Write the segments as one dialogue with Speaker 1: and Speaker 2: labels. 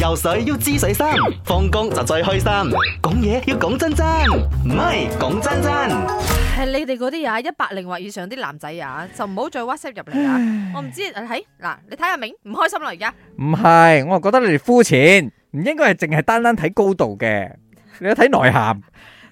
Speaker 1: 游水要知水深，放工就最開心。講嘢要講真真，唔係講真真。
Speaker 2: 係你哋嗰啲啊，一百零或以上啲男仔啊，就唔好再 WhatsApp 入嚟啊！我唔知，係嗱，你睇下明唔開心啦而家。
Speaker 3: 唔係，我覺得你哋膚淺，唔應該係淨係單單睇高度嘅，你要睇內涵。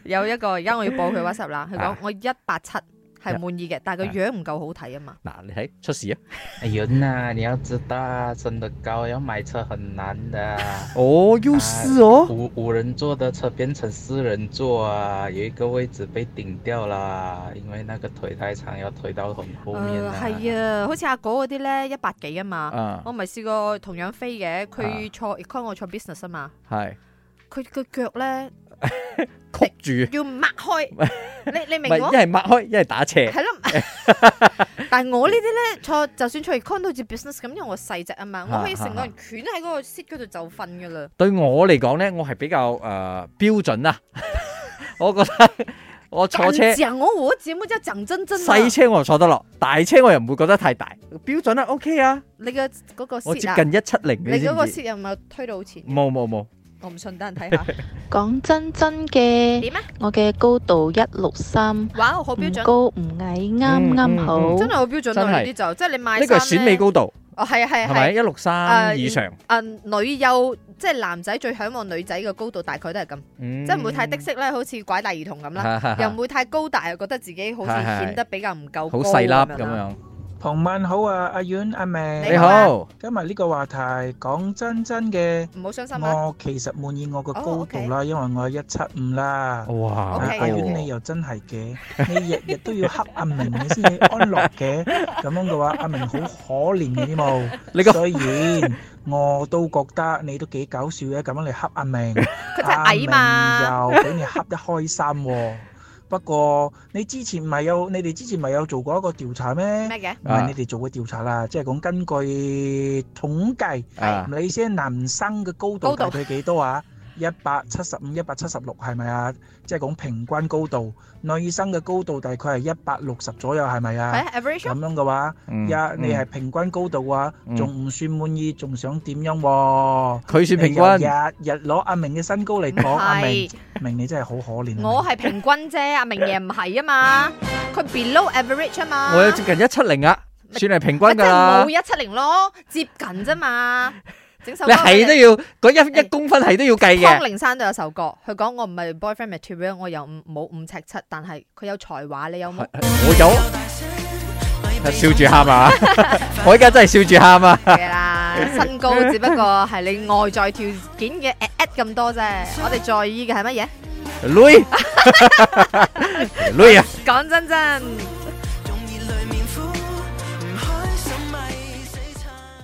Speaker 2: 有一個而家我要報佢 WhatsApp 啦，佢講
Speaker 3: 啊
Speaker 2: 我一八七係滿意嘅，但係個樣唔夠好睇啊嘛。
Speaker 3: 嗱，你睇出事啊！
Speaker 4: 哎呦呐，你要知道啊，真的高要买车很难的。
Speaker 3: 哦，又是哦，
Speaker 4: 五五人座的车变成四人座啊，有一个位置被顶掉啦，因为那个腿太长，要推到很后面
Speaker 2: 誒
Speaker 4: 啊。
Speaker 2: 係啊，好似阿果嗰啲咧一百幾啊嘛，
Speaker 3: 啊，
Speaker 2: 我咪試過同樣飛嘅，佢
Speaker 3: 啊
Speaker 2: 坐 econ 我坐 business 啊嘛，
Speaker 3: 係
Speaker 2: 佢個腳咧
Speaker 3: 曲住，
Speaker 2: 要擘 開，你你
Speaker 3: 唔
Speaker 2: 明
Speaker 3: 係
Speaker 2: 我
Speaker 3: 一？係擘開，一係打斜。
Speaker 2: 係咯， 但係我呢啲咧坐，就算坐 econ 好似 business 咁，因為我細隻啊嘛，我可以成個人捲喺嗰個 seat 嗰度就瞓噶啦。
Speaker 3: 對我嚟講咧，我係比較誒標準啦。 我覺得我坐車
Speaker 2: 但講我我節目真係講真真
Speaker 3: 細
Speaker 2: 啊，
Speaker 3: 車我就坐得落，大車我又唔會覺得太大，標準啦，OK 啊。
Speaker 2: 你嘅嗰個
Speaker 3: 我
Speaker 2: seat
Speaker 3: 接
Speaker 2: 啊，
Speaker 3: 近一七零，
Speaker 2: 你
Speaker 3: 你知
Speaker 2: 嗰個
Speaker 3: 唔知？
Speaker 2: seat 有冇推到好前？
Speaker 3: 冇冇冇，
Speaker 2: 我唔信，等人睇下
Speaker 5: 講真真嘅，
Speaker 2: 點啊！
Speaker 5: 我嘅高度一六三，
Speaker 2: 哇，好
Speaker 5: 唔
Speaker 2: 標準，
Speaker 5: 高唔矮，啱啱
Speaker 3: 嗯嗯
Speaker 5: 好
Speaker 3: 嗯。
Speaker 2: 真係好標準
Speaker 3: 真
Speaker 2: 啊！
Speaker 3: 係
Speaker 2: 呢啲就即係你買
Speaker 3: 呢個係
Speaker 2: 衫
Speaker 3: 選
Speaker 2: 呢
Speaker 3: 美高度
Speaker 2: 哦，係啊係啊
Speaker 3: 係
Speaker 2: 係啊
Speaker 3: 咪一六
Speaker 2: 啊
Speaker 3: 三以上？
Speaker 2: 啊，女優即係男仔最向往女仔嘅高度，大概都係咁，
Speaker 3: 即
Speaker 2: 嗯即係唔會
Speaker 3: 嗯
Speaker 2: 太的色咧，好似拐大兒童咁啦，又唔會太高大，又覺得自己好似
Speaker 3: 係係係
Speaker 2: 顯得比較唔夠高
Speaker 3: 好細粒
Speaker 2: 咁
Speaker 3: 咁
Speaker 2: 樣啦。
Speaker 3: 樣。
Speaker 6: 傍晚好啊，阿婉阿明，
Speaker 3: 你好，
Speaker 6: 今日呢個話題講真真嘅，
Speaker 2: 唔好傷心啊！
Speaker 6: 我其實滿意我個
Speaker 2: 哦
Speaker 6: 高
Speaker 2: ，OK 哦
Speaker 6: 度啦，因為我一七五啦。
Speaker 3: 哇
Speaker 6: 啊
Speaker 2: OK
Speaker 6: 阿婉你又真係嘅，你日日都要黑阿明你先至安樂 嘅，咁樣嘅話阿明好可憐嘅添冇。
Speaker 3: 你個
Speaker 6: 雖然我都覺得你都幾搞笑嘅，咁樣你恰阿 明，
Speaker 2: 佢真係矮
Speaker 3: Dạ.
Speaker 2: 嘛，
Speaker 6: 阿明又俾你恰得開心喎。不過你之前唔係有，你哋之前咪有做過一個調查咩？
Speaker 2: 咩嘅？
Speaker 6: 唔係你哋做嘅調查啦，即係講根據統計，
Speaker 3: 啊
Speaker 6: 你先男生嘅高
Speaker 2: 高度
Speaker 6: 度大概幾多啊？一百七十五、一百七十六係咪啊？即係講平均高度，女生嘅高度大概係一百六十左右係咪
Speaker 3: Dạ.
Speaker 2: 係
Speaker 6: 啊？
Speaker 2: 啊 average
Speaker 6: 咁樣嘅話，
Speaker 3: 嗯
Speaker 6: 呀，你係
Speaker 3: 嗯
Speaker 6: 平均高度啊
Speaker 3: 嗯，
Speaker 6: 仲唔算滿意，仲想點樣喎？
Speaker 3: 佢算平
Speaker 6: dạ,
Speaker 3: 均，
Speaker 6: 你又日日攞阿明嘅身高嚟
Speaker 2: 唔
Speaker 6: 講，阿明
Speaker 2: 係，
Speaker 3: Dạ.
Speaker 6: 明你真係好可憐啊。
Speaker 2: 我係平均啫，阿明爺唔係啊嘛，佢 below average 啊嘛。
Speaker 3: 我有接近一七零啊，
Speaker 2: 咪
Speaker 3: 算係平均
Speaker 2: 咪
Speaker 3: 㗎
Speaker 2: 真係
Speaker 3: 啦
Speaker 2: 冇。一七零咯，接近啫嘛。整首
Speaker 3: 你係都要嗰一
Speaker 2: 哎
Speaker 3: 一公分係都要計
Speaker 2: 湯
Speaker 3: 嘅。
Speaker 2: 靈山都有首歌，佢講我唔係 boyfriend material，我又唔冇五尺七，但係佢有才華，你有冇？
Speaker 3: 我有笑住喊啊！ 我而家真係笑住喊啊！
Speaker 2: 係 啦，身高只不過係你外在條件嘅 at at 咁多啫，我哋 在意嘅係乜嘢？
Speaker 3: 累累啊！
Speaker 2: 講真真。